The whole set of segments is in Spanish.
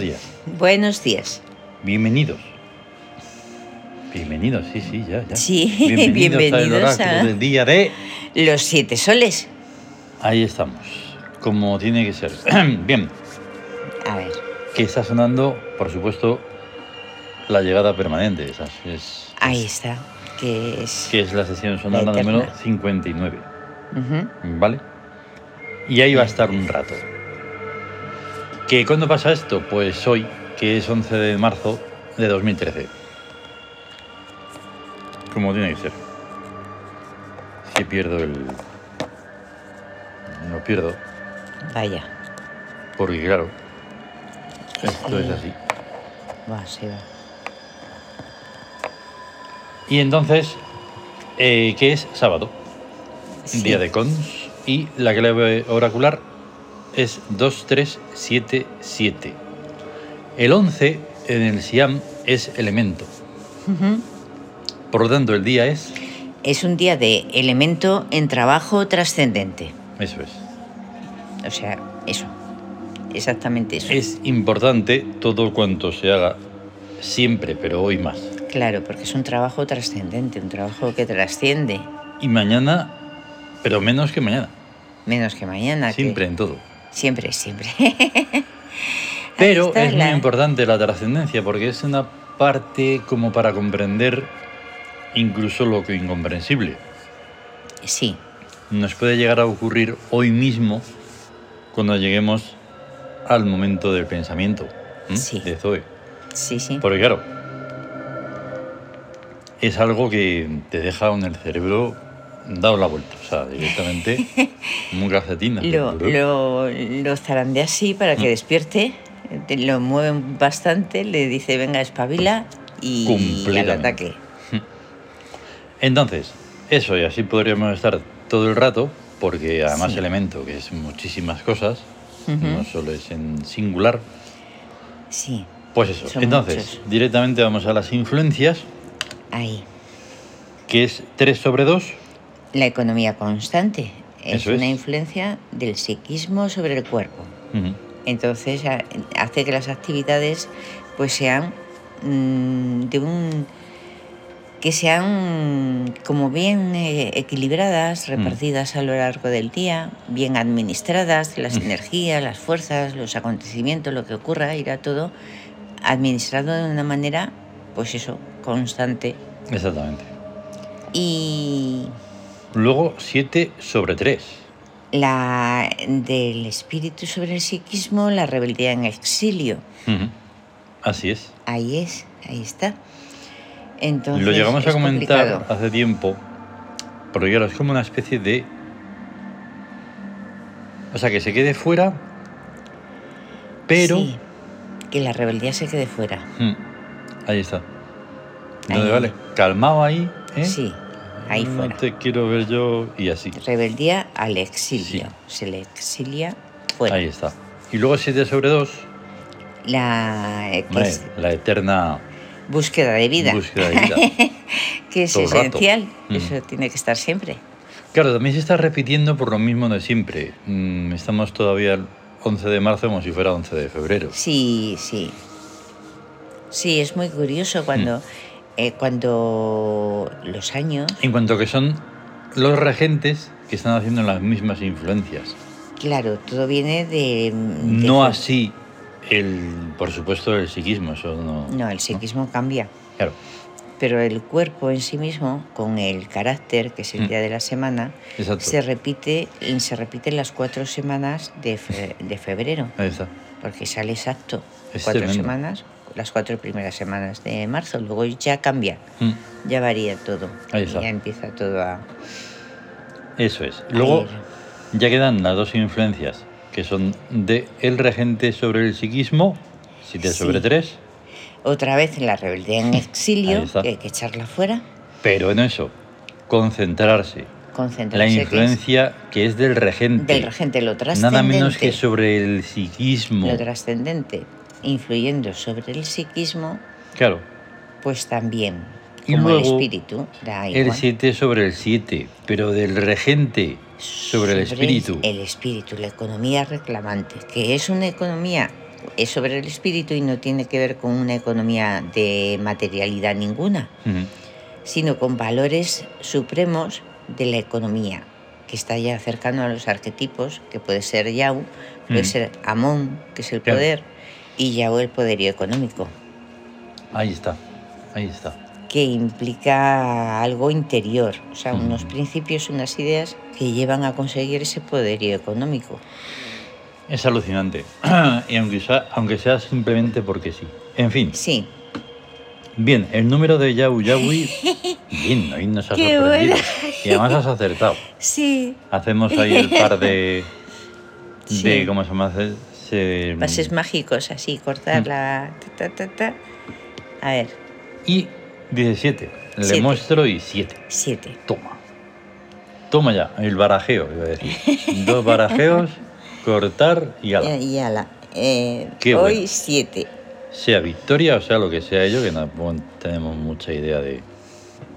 días. Buenos días. Bienvenidos. Bienvenidos, sí, sí, ya, ya. Sí, bienvenidos, bienvenidos al oráculo a- del día de. Los siete soles. Ahí estamos, como tiene que ser. Bien, A ver. que está sonando, por supuesto, la llegada permanente. Esa es, Ahí está. Que es. que es la sesión La sonora eterna. número 59, Ujú. ¿vale? Y ahí va a estar un rato. ¿Que cuándo pasa esto? Pues hoy, que es 11 de marzo de 2013. Como tiene que ser. Si pierdo el... Lo pierdo, Vaya. porque claro, esto es Eh, así. buah, sí, va. Y entonces, eh, que es sábado, Sí. día de cons, y la clave oracular es 2377. El 11 en el Siam es elemento, Ujú. por lo tanto el día es, Es un día de elemento en trabajo trascendente. eso es, O sea, eso. Exactamente eso. es importante todo cuanto se haga siempre, pero hoy más. Claro, porque es un trabajo trascendente, un trabajo que trasciende. Y mañana, pero menos que mañana, Menos que mañana. que- siempre en todo. Siempre, siempre. Ahí Pero está es muy la- importante la trascendencia porque es una parte como para comprender incluso lo que incomprensible. Sí, Nos puede llegar a ocurrir hoy mismo cuando lleguemos al momento del pensamiento ¿m? Sí. de Zoe. sí, sí. Porque claro, es algo que te deja en el cerebro dado la vuelta, o sea, directamente un calcetín. así, Lo, lo, lo zarandea así para que Mm. despierte, te- lo mueven bastante, le dice venga espabila y al Completamente. ataque. Entonces, eso y así podríamos estar todo el rato, porque además Sí. elemento, que es muchísimas cosas, Ujú. no solo es en singular, Sí, pues eso. Son Entonces, muchos. directamente vamos a las influencias, ahí. que es 3 sobre 2, La economía constante es Eso es. una influencia del psiquismo sobre el cuerpo. Entonces a- hace que las actividades pues sean mm, de un que sean como bien eh, equilibradas, repartidas a lo largo del día, bien administradas, las Mm. energías, las fuerzas, los acontecimientos, lo que ocurra, irá todo administrado de una manera, pues eso, constante. exactamente. Y Luego 7 sobre 3, la del espíritu sobre el psiquismo, la rebeldía en exilio. así es. Ahí es, ahí está. Entonces, Lo llegamos a es comentar complicado. hace tiempo, pero claro, es como una especie de... O sea, que se quede fuera, pero... Sí, que la rebeldía se quede fuera. Mm, Ahí está. Entonces, Ahí. vale, calmado ahí, ¿eh? Sí, ahí no fuera. te quiero ver yo y así. Rebeldía al exilio. Se le exilia fuera. Ahí está. Y luego 7 sobre 2, La eh, que es la eterna búsqueda de vida, búsqueda de vida. que es todo el rato. esencial. Mm. Eso tiene que estar siempre. claro, también se está repitiendo por lo mismo de siempre. Mm, Estamos todavía el 11 de marzo como si fuera 11 de febrero. Sí, sí. Sí, es muy curioso cuando, eh, cuando los años, En cuanto que son los regentes que están haciendo las mismas influencias. claro, todo viene de... de- No así, el, por supuesto, el psiquismo. Eso no, No, el psiquismo cambia. Claro, Pero el cuerpo en sí mismo, con el carácter, que es el Mm. día de la semana, exacto. se repite y se repiten las cuatro semanas de, fe- de febrero, Ahí está. porque sale exacto. Es cuatro tremendo. semanas, las cuatro primeras semanas de marzo, luego ya cambia, Mm, ya varía todo. Ahí y está. Ya empieza todo a... Eso es. Luego ir. ya quedan las dos influencias, que son de el regente sobre el psiquismo, 7 Sí. sobre 3, Otra vez la rebeldía en exilio, Ahí está. que hay que echarla fuera, pero en eso, concentrarse. La concentrarse. que es influencia que es del regente. del regente, lo trascendente. Nada menos que sobre el psiquismo. Lo trascendente, influyendo sobre el psiquismo, Claro, pues también, Y como el luego, espíritu, da el igual. 7 sobre el 7, pero del regente sobre el espíritu. El espíritu, la economía reclamante, que es una economía es sobre el espíritu y no tiene que ver con una economía de materialidad ninguna, ujú, sino con valores supremos de la economía, que está ya cercano a los arquetipos, que puede ser Yau, puede Mm. ser Amón, que es el Claro. poder, y Yau el poderío económico, Ahí está, ahí está. que implica algo interior, o sea, Mm. unos principios, unas ideas que llevan a conseguir ese poderío económico. Es alucinante. y aunque sea, aunque sea simplemente porque sí. En fin, Sí, bien, el número de Yau Yaui. Bien, hoy nos has Qué sorprendido. bueno. Y además has acertado. sí, Hacemos ahí el par de. de Sí. ¿Cómo se llama? Se- se- pases mágicos, Mm. así, cortar la... ta, ta, ta, ta. A ver, y 17. Le Siete. muestro y 7. siete. Toma. Toma ya, el barajeo, iba a decir. Dos barajeos, cortar y ala. Eh, Y ala. Eh, Qué hoy bueno. siete. Sea victoria o sea lo que sea ello, que tampoco tenemos mucha idea de,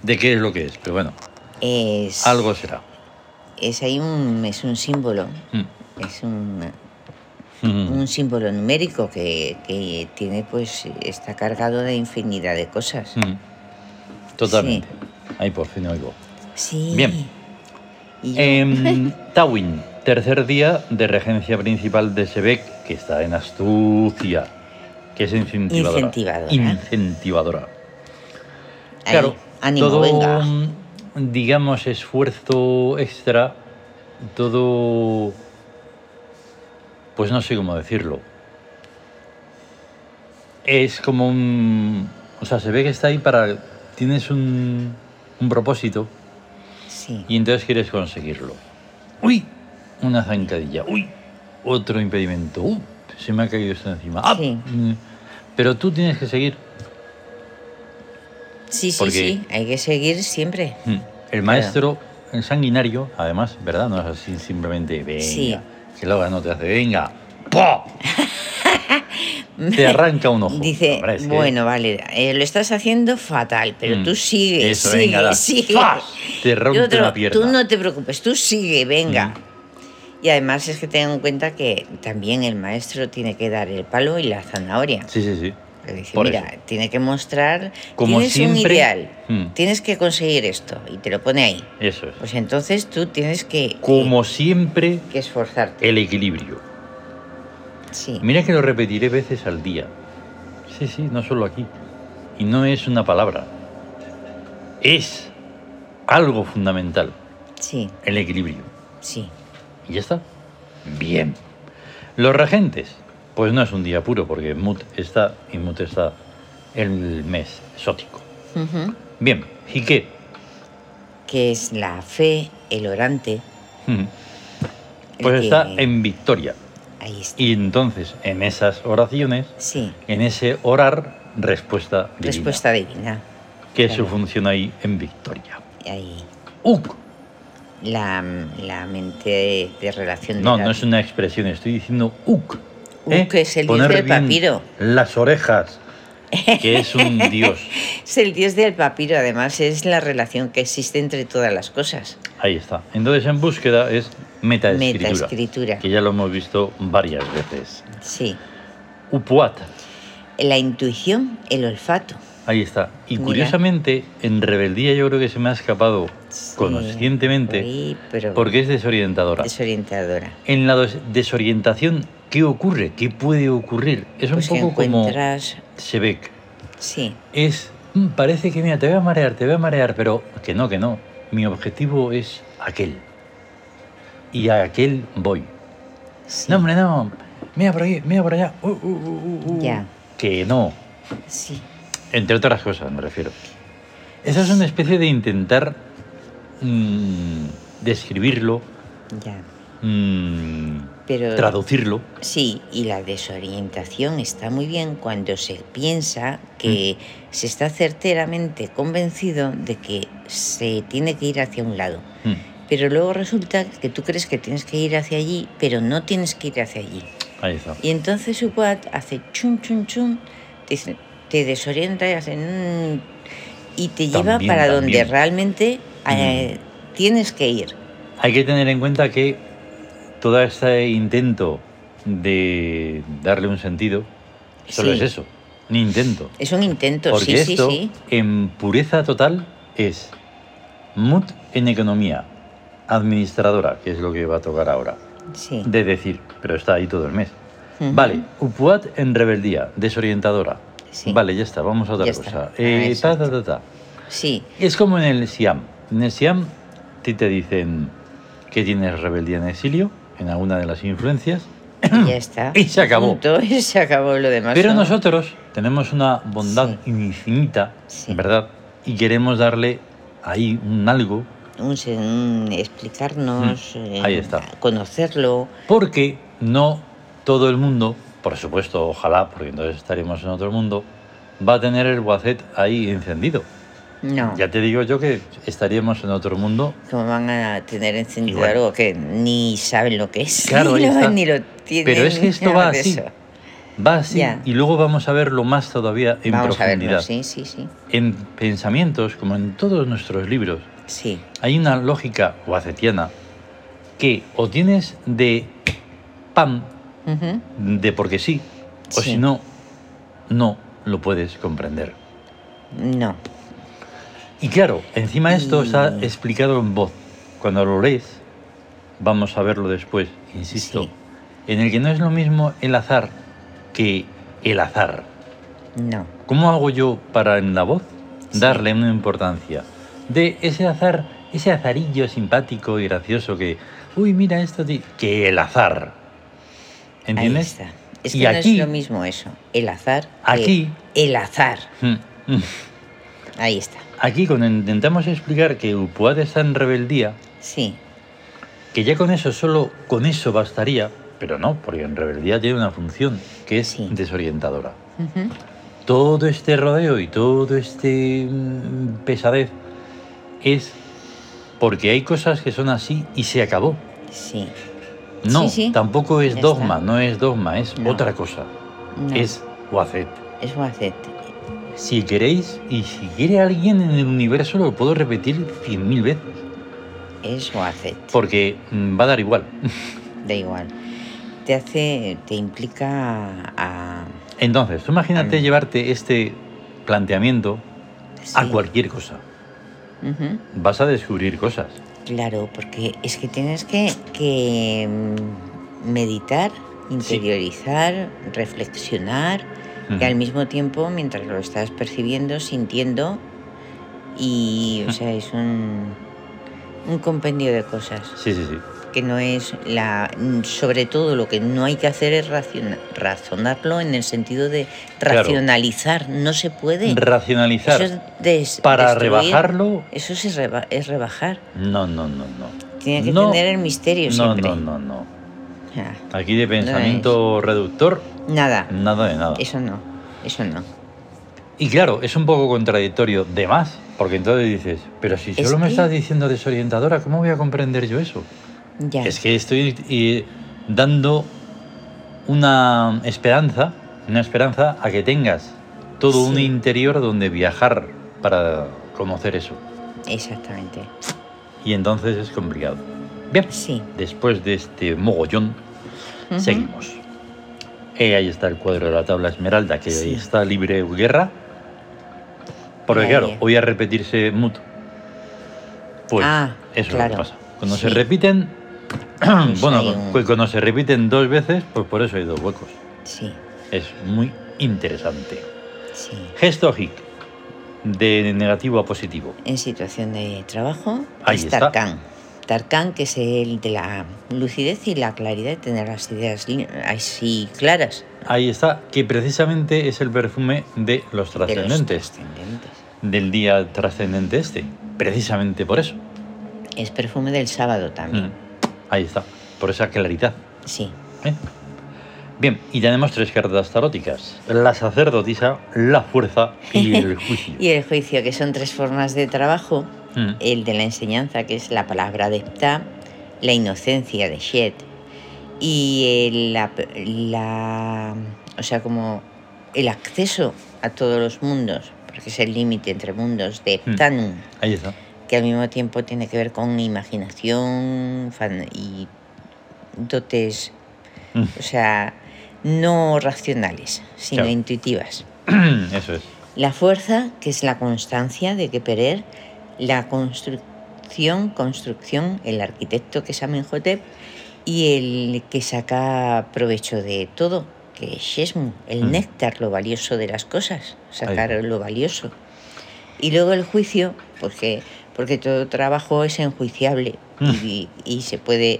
de qué es lo que es. Pero bueno, Es, algo será. Es ahí un, es un símbolo. Mm. Es un, Mm. un símbolo numérico que, que tiene, pues, está cargado de infinidad de cosas. Mm. Totalmente. Ahí por fin oigo. Sí. Bien. Y yo- Em, Tawin, tercer día de regencia principal de Sebec, que está en Astucia, que es incentivadora. Incentivadora. Incentivadora. ahí, Claro, ánimo, todo, venga. digamos, esfuerzo extra, todo, pues no sé cómo decirlo. Es como un, o sea, se ve que está ahí para, tienes un, un propósito Sí. y entonces quieres conseguirlo. Uy, una zancadilla, uy, otro impedimento, uy, se me ha caído esto encima. Ah, Sí. mm, Pero tú tienes que seguir. Sí, sí, porque- sí. Hay que seguir siempre. Mm. El maestro el sanguinario, además, ¿verdad? No es así simplemente, venga, Sí. que luego no te hace, venga, ¡po! te arranca un ojo. Dice, Hombre, es que- bueno, vale, eh, lo estás haciendo fatal, pero Mm. tú sigue, Eso, sigue, venga, da. sigue. ¡Zas! Te Y rompe otro, la pierna. Tú no te preocupes, tú sigue, venga. Mm. Y además es que ten en cuenta que también el maestro tiene que dar el palo y la zanahoria. Sí, sí, sí. Le dice, por mira, eso. tiene que mostrar, Como tienes un siempre- ideal, Mm. tienes que conseguir esto y te lo pone ahí. Eso es. Pues entonces tú tienes que, Como Eh, siempre, que esforzarte. el equilibrio. Sí. Mira que lo repetiré veces al día. Sí, sí, no solo aquí. Y no es una palabra. Es algo fundamental, sí, el equilibrio. sí, Y ya está. Bien. Los regentes. Pues no es un día puro porque Mut está y Mut está el mes exótico. Ujú. Bien. ¿Y qué? Que es la fe, el orante. Hmm. Pues el está que- en victoria. Ahí está. Y entonces en esas oraciones, Sí, en ese orar, respuesta divina. respuesta divina. Que es su claro. función ahí en victoria. Ahí. Uk. La, la mente de, de relación No, de la- no es una expresión, estoy diciendo uk. ¿eh? Uk es el dios Poner del bien papiro. Las orejas, que es un dios. Es el dios del papiro, además es la relación que existe entre todas las cosas. Ahí está. Entonces en búsqueda es metaescritura, Metaescritura. que ya lo hemos visto varias veces. Sí. Upuat, La intuición, el olfato. ahí está. Y Mira. curiosamente, en rebeldía yo creo que se me ha escapado Sí. conscientemente, Uy, pero porque es desorientadora. desorientadora. En la des- desorientación, ¿qué ocurre? ¿Qué puede ocurrir? Es un Pues que poco como encuentras. Sebek. Sí, Es, "Mm, parece que mira, te voy a marear, te voy a marear, pero que no, que no. Mi objetivo es aquel. Y a aquel voy. sí. No, hombre, no. Mira por aquí, mira por allá. Uh, uh, uh, uh, uh. Ya. Que no. sí. Entre otras cosas, me refiero. Esa es una especie de intentar mm, describirlo, Ya. mm, Pero. traducirlo. Sí, y la desorientación está muy bien cuando se piensa que Mm. se está certeramente convencido de que se tiene que ir hacia un lado. Mm. Pero luego resulta que tú crees que tienes que ir hacia allí, pero no tienes que ir hacia allí. Ahí está. Y entonces su quad hace chum, chum, chum, te, dice- te desorienta y hace... mm, y te lleva También, Mm. para donde también. realmente eh, tienes que ir. Hay que tener en cuenta que todo este intento de darle un sentido, solo Sí. es eso, un intento. Es un intento, Porque sí, esto, sí, sí. en pureza total, es MUT en economía, administradora, que es lo que va a tocar ahora, Sí. de decir, pero está ahí todo el mes. Ujú. Vale, UPUAT en rebeldía, desorientadora. Sí. Vale, ya está, vamos a otra Ya está. cosa. Ah, Eh, ta, exacto. ta, ta, ta. Sí, Es como en el Siam. En el Siam a ti te dicen que tienes rebeldía en exilio, en alguna de las influencias, y ya está. Y se acabó. Punto, y se acabó lo demás. Pero ¿no? nosotros tenemos una bondad infinita, Sí. ¿verdad? Y queremos darle ahí un algo, Un se- un explicarnos, eh, Mm, ahí está. conocerlo. porque no todo el mundo, por supuesto, ojalá, porque entonces estaremos en otro mundo, va a tener el Wacet ahí encendido. No. Ya te digo yo que estaríamos en otro mundo. Como van a tener encendido Igual. algo que ni saben lo que es. Claro, ni, ahí lo, está. ni lo tienen. Pero es que esto nada va de así. eso. Va así Ya. y luego vamos a verlo más todavía en Vamos a profundidad. verlo, sí, sí, sí. En pensamientos, como en todos nuestros libros, Sí, hay una lógica guacetiana que o tienes de pam, Ujú. de porque sí, o Sí. si no, no lo puedes comprender. no. Y claro, encima esto está Mm. explicado en voz. Cuando lo lees, vamos a verlo después, insisto, Sí. en el que no es lo mismo el azar que el azar. No, ¿Cómo hago yo para en la voz Sí. darle una importancia? De ese azar, ese azarillo simpático y gracioso que, uy, mira esto, ti-", que el azar. ¿Entiendes? ahí está. Es Y que aquí- no es lo mismo eso, el azar. que Aquí- El azar, Mm, mm. ahí está. Aquí cuando intentamos explicar que Upuad está en rebeldía, Sí, que ya con eso, solo con eso bastaría, pero no, porque en rebeldía tiene una función que es Sí. desorientadora. Ujú. Todo este rodeo y todo este mm, pesadez es porque hay cosas que son así y se acabó. sí. No, Sí, sí. tampoco es Ya dogma, está. no es dogma, es No. otra cosa. No, Es Wacet. Es un aceite. Si queréis, y si quiere alguien en el universo, lo puedo repetir cien mil veces, Es un aceite. porque mm, va a dar igual. Da igual. Te hace, te implica a. Entonces, tú imagínate Am- llevarte este planteamiento a sí. cualquier cosa. Ujú. Vas a descubrir cosas. Claro, porque es que tienes que, que mm, meditar, interiorizar, reflexionar y Ujú. al mismo tiempo, mientras lo estás percibiendo, sintiendo y, o sea, es un, un compendio de cosas Sí, sí, sí. que no es la... Sobre todo lo que no hay que hacer es raciona- razonarlo en el sentido de Claro. racionalizar, no se puede. Racionalizar. Eso es des- Para destruir. rebajarlo. Eso sí reba- es rebajar. No, no, no, no. Tiene que No, tener el misterio No, siempre. no, no, no. Ah, Aquí de pensamiento reductor, nada, nada de nada. eso no, eso no. Y claro, es un poco contradictorio de más, porque entonces dices, pero si Es solo me que- estás diciendo desorientadora, ¿cómo voy a comprender yo eso? Ya. Es que estoy eh, dando una esperanza, una esperanza a que tengas todo un Sí. interior donde viajar para conocer eso. Exactamente. Y entonces es complicado. Bien, Sí. después de este mogollón, Ujú. seguimos. Eh, ahí está el cuadro de la tabla esmeralda, que Sí. ahí está libre guerra. Porque Ya, claro, ya. voy a repetirse mutuo. Pues Ah, eso claro. es lo que pasa. Cuando se Sí. Pues repiten, bueno, hay un- cu- cuando se repiten dos veces, pues por eso hay dos huecos. Sí, Es muy interesante. sí. Gesto hic, de negativo a positivo. En situación de trabajo Ahí es está. Tarkan. Tarkan, que es el de la lucidez y la claridad de tener las ideas li- así claras. Ahí está, que precisamente es el perfume de los de los trascendentes, trascendentes. del día trascendente este. Precisamente por eso. Es perfume del sábado Mm, también. Ahí está, por esa claridad. Sí, ¿eh? Bien, y tenemos tres cartas taróticas. La sacerdotisa, la fuerza y el juicio. Y el juicio, que son tres formas de trabajo, Mm. el de la enseñanza, que es la palabra de Ptah, la inocencia de Shet, y el- la, la- o sea, como el acceso a todos los mundos, porque es el límite entre mundos de Mm. Ptanum, Ahí está. que al mismo tiempo tiene que ver con imaginación fan- y dotes o sea, no racionales, sino Claro. intuitivas. Eso es. La fuerza, que es la constancia de que Perer, la construcción, construcción, el arquitecto que es Amenhotep y el que saca provecho de todo, que es Shesmu, el Mm. néctar, lo valioso de las cosas, sacar Ahí. lo valioso. Y luego el juicio, porque, porque todo trabajo es enjuiciable y, y se puede.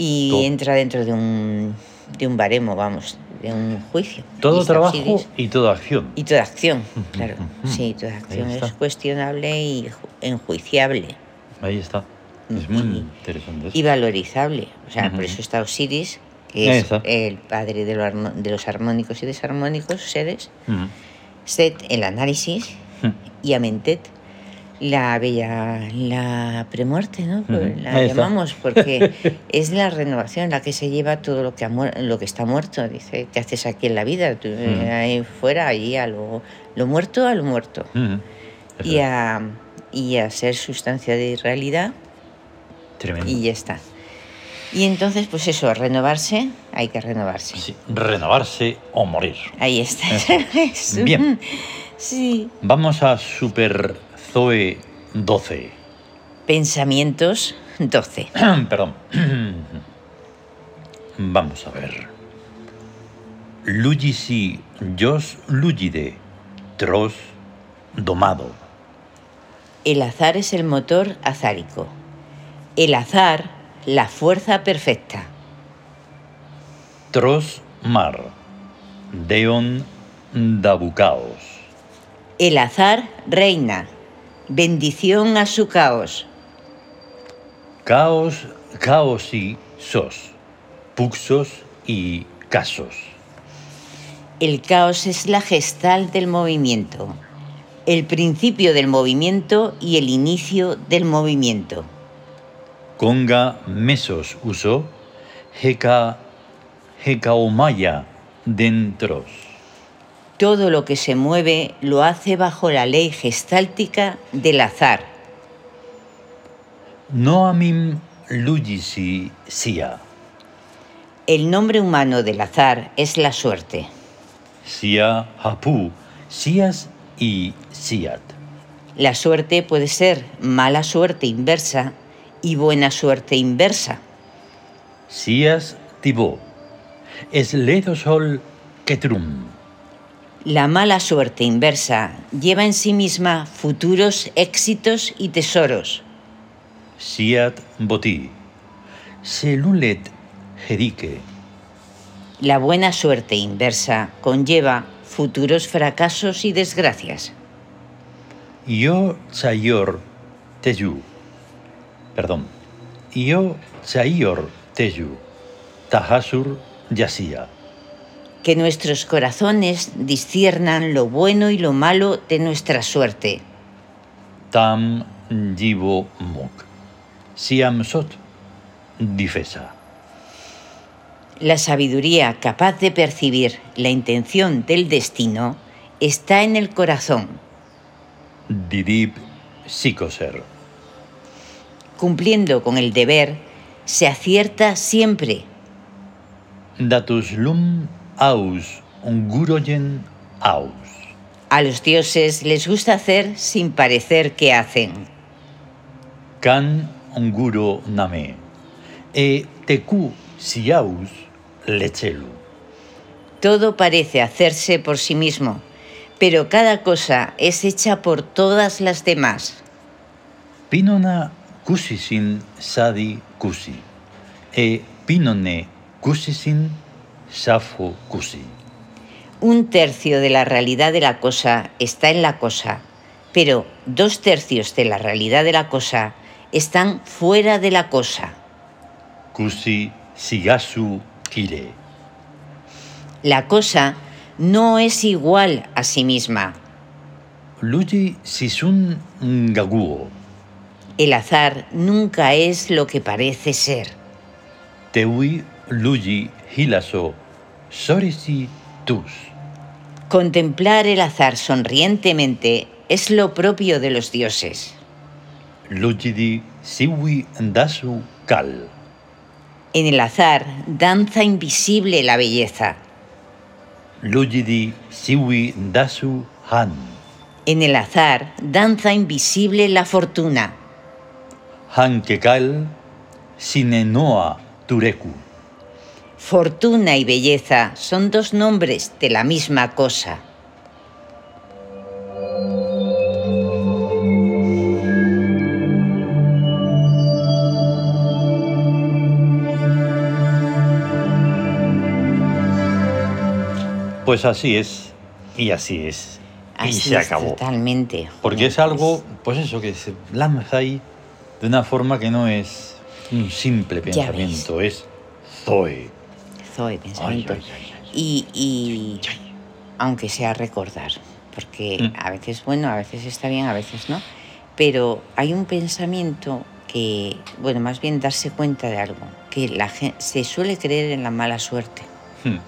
y Mm. Todo. entra dentro de un, de un baremo, vamos, de un juicio. Todo Y trabajo Estaxides- y toda acción. y toda acción, Ujú, claro. ujú. Sí, toda acción es está. cuestionable y ju- enjuiciable Ahí está. Es muy interesante eso. Mm. y valorizable. O sea, por Ujú. eso está Osiris, que Ahí es está. el padre de, lo armo- de los armónicos y desarmónicos seres. Ujú. Set, el análisis, Mm. y Amentet, la bella, la premuerte, ¿no? Pues Ujú. La Ahí está. llamamos porque es la renovación la que se lleva todo lo que, ha muer- lo que está muerto. Dice, ¿qué haces aquí en la vida? Tú, eh, Ujú. ahí fuera, allí, a lo, lo muerto, a lo muerto. Ujú. Mm. Eso y es. a, y a ser sustancia de realidad Tremendo. y ya está. Y entonces, pues eso, renovarse, hay que renovarse. Sí, Renovarse o morir. Ahí está. Es un- Bien. Sí. Vamos a Super Zoe 12. Pensamientos 12. Perdón. Vamos a ver. Lugisi jos lugide, tros domado. El azar es el motor azárico. El azar, la fuerza perfecta. Tros mar, deon dabucaos. El azar reina. Bendición a su caos. Caos, caos y sos, puxos y casos. El caos es la gestal del movimiento, el principio del movimiento y el inicio del movimiento. Conga mesos uso, heca, hecaomaya dentros. Todo lo que se mueve lo hace bajo la ley gestáltica del azar. Noamim lugisi sia, El nombre humano del azar es la suerte. sia hapu, sias y siat. La suerte puede ser mala suerte inversa y buena suerte inversa. Sias tibo, es sol ketrum. La mala suerte inversa lleva en sí misma futuros éxitos y tesoros. Siat boti, selulet hedike, La buena suerte inversa conlleva futuros fracasos y desgracias. yo chayor teyu. Perdón, yo chayor teyu, tahasur yasia. Que nuestros corazones disciernan lo bueno y lo malo de nuestra suerte. Tam jivo mok. Siam sot difesa. La sabiduría capaz de percibir la intención del destino está en el corazón. Didib psicoser. Cumpliendo con el deber, se acierta siempre. Datus lum aus unguroyen aus. A los dioses les gusta hacer sin parecer que hacen. Can unguro name. E tecu siaus lechelu. Todo parece hacerse por sí mismo, pero cada cosa es hecha por todas las demás. Pinona cusisin sadi cusi. E pinone cusisin safo cusi. Un tercio de la realidad de la cosa está en la cosa, pero dos tercios de la realidad de la cosa están fuera de la cosa. Cusi sigasu kire. La cosa no es igual a sí misma. Luigi Sisun Ngaguo, El azar nunca es lo que parece ser. Teui Luigi Hilaso, Sorisi Tus, Contemplar el azar sonrientemente es lo propio de los dioses. Lugidi Siwi Ndasu Kal, en el azar, danza invisible la belleza. Lugidi siwi dasu han. En el azar, danza invisible la fortuna. Han kekal sinenoa tureku. Fortuna y belleza son dos nombres de la misma cosa. Pues así es. Y así es. Así y se es, acabó. Totalmente. Porque es algo, pues eso, que se lanza ahí de una forma que no es un simple Ya ves. pensamiento, es Zoe. Zoe, pensamiento. Ay, ay, ay, ay. Y, y aunque sea recordar, porque Mm. a veces, bueno, a veces está bien, a veces no, pero hay un pensamiento que, bueno, más bien darse cuenta de algo, que la gente se suele creer en la mala suerte, Hmm.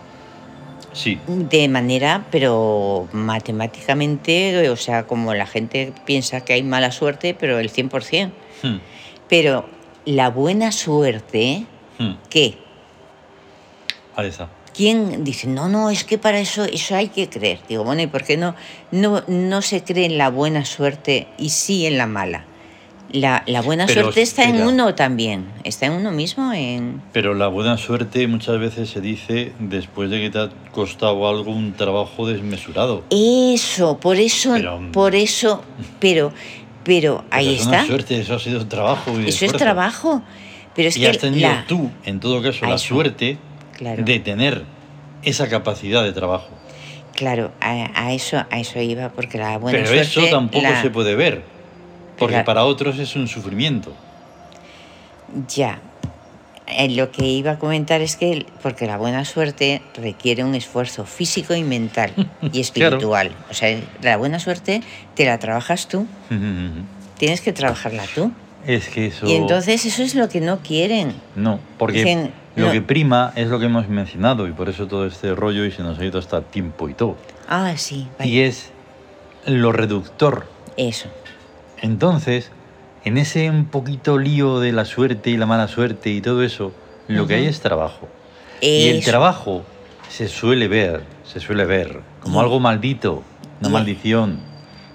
Sí, de manera, pero matemáticamente, o sea, como la gente piensa que hay mala suerte, pero el 100%, Hmm. pero la buena suerte, Hmm. ¿qué? ahí está. ¿Quién dice, no, no, es que para eso, eso hay que creer? Digo, bueno, ¿y por qué no, no, no se cree en la buena suerte y sí en la mala? La, la buena Pero suerte está en espera. uno también, está en uno mismo, en... Pero la buena suerte muchas veces se dice después de que te ha costado algo un trabajo desmesurado. Eso, por eso, Pero, mm. por eso, pero, pero ahí Pero eso no está, es suerte, eso ha sido trabajo. Y eso es esfuerzo. trabajo, pero es y que has tenido la- tú, en todo caso, A la eso. suerte Claro. de tener esa capacidad de trabajo. claro, a, a eso, a eso iba, porque la buena Pero eso suerte... tampoco la- se puede ver, porque Claro. para otros es un sufrimiento. Ya. Eh, lo que iba a comentar es que, el- porque la buena suerte requiere un esfuerzo físico y mental y espiritual. O sea, la buena suerte te la trabajas tú, tienes que trabajarla tú. Es que eso... Y entonces eso es lo que no quieren. No, porque Dicen, lo no. que prima es lo que hemos mencionado y por eso todo este rollo y se nos ha ido hasta tiempo y todo. Ah, sí, vale. Y es lo reductor. Eso. Entonces, en ese un poquito lío de la suerte y la mala suerte y todo eso, lo que hay Ujú. es trabajo. Y el Eso. trabajo se suele ver, se suele ver como Y- algo maldito, una y- maldición.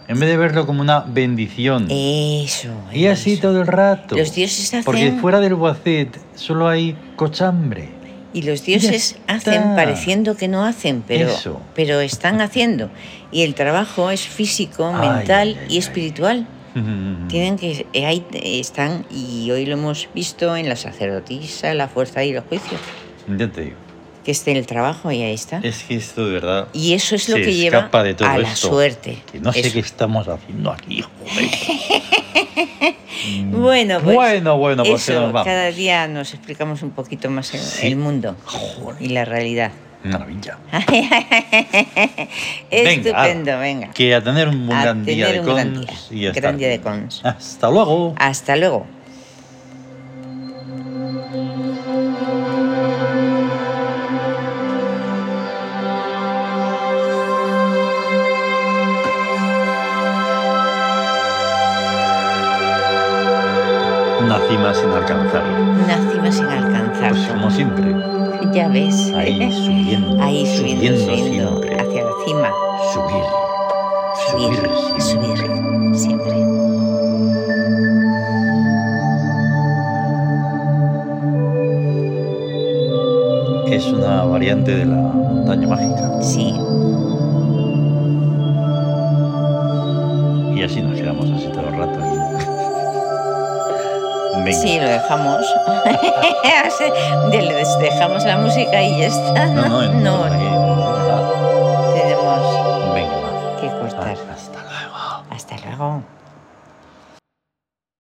En vez de verlo como una bendición. Eso. y así Eh, eso. todo el rato. Los dioses hacen- Porque fuera del Boacet solo hay cochambre. Y los dioses Ya hacen está. pareciendo que no hacen, pero, Eso. pero están haciendo. Y el trabajo es físico, Ay, mental ay, Mm. y ay. espiritual. Tienen que eh, ahí están y hoy lo hemos visto en la sacerdotisa, la fuerza y los juicios, Ya te digo, que esté el trabajo y ahí está. es que esto de verdad... ¿Ah? Y eso es lo se que lleva escapa de todo a la esto. suerte. que no sé Eso. qué estamos haciendo aquí, joder. Bueno, pues, bueno, bueno, pues eso, ya nos vamos. cada día nos explicamos un poquito más el, Sí. el mundo y Joder, la realidad. maravilla. Ah, Estupendo, ala, venga. Que a tener un A gran día tener de un gran cons día, y a gran estar día de bien. cons. Ah. Hasta luego. Hasta luego. Una cima sin alcanzar. Una cima sin alcanzar. Pues como siempre, Ya ves. ¿eh? ahí subiendo. Ahí subiendo, subiendo, siempre. hacia la cima. Subir. Subir. siempre. subir, siempre. Es una variante de la montaña mágica. Sí, Y así nos quedamos así todo el rato. aquí. Venga. sí, lo dejamos. De- les dejamos la música y ya está. No, no, No, no. tenemos Venga, va. que cortar. Hasta luego. Hasta luego.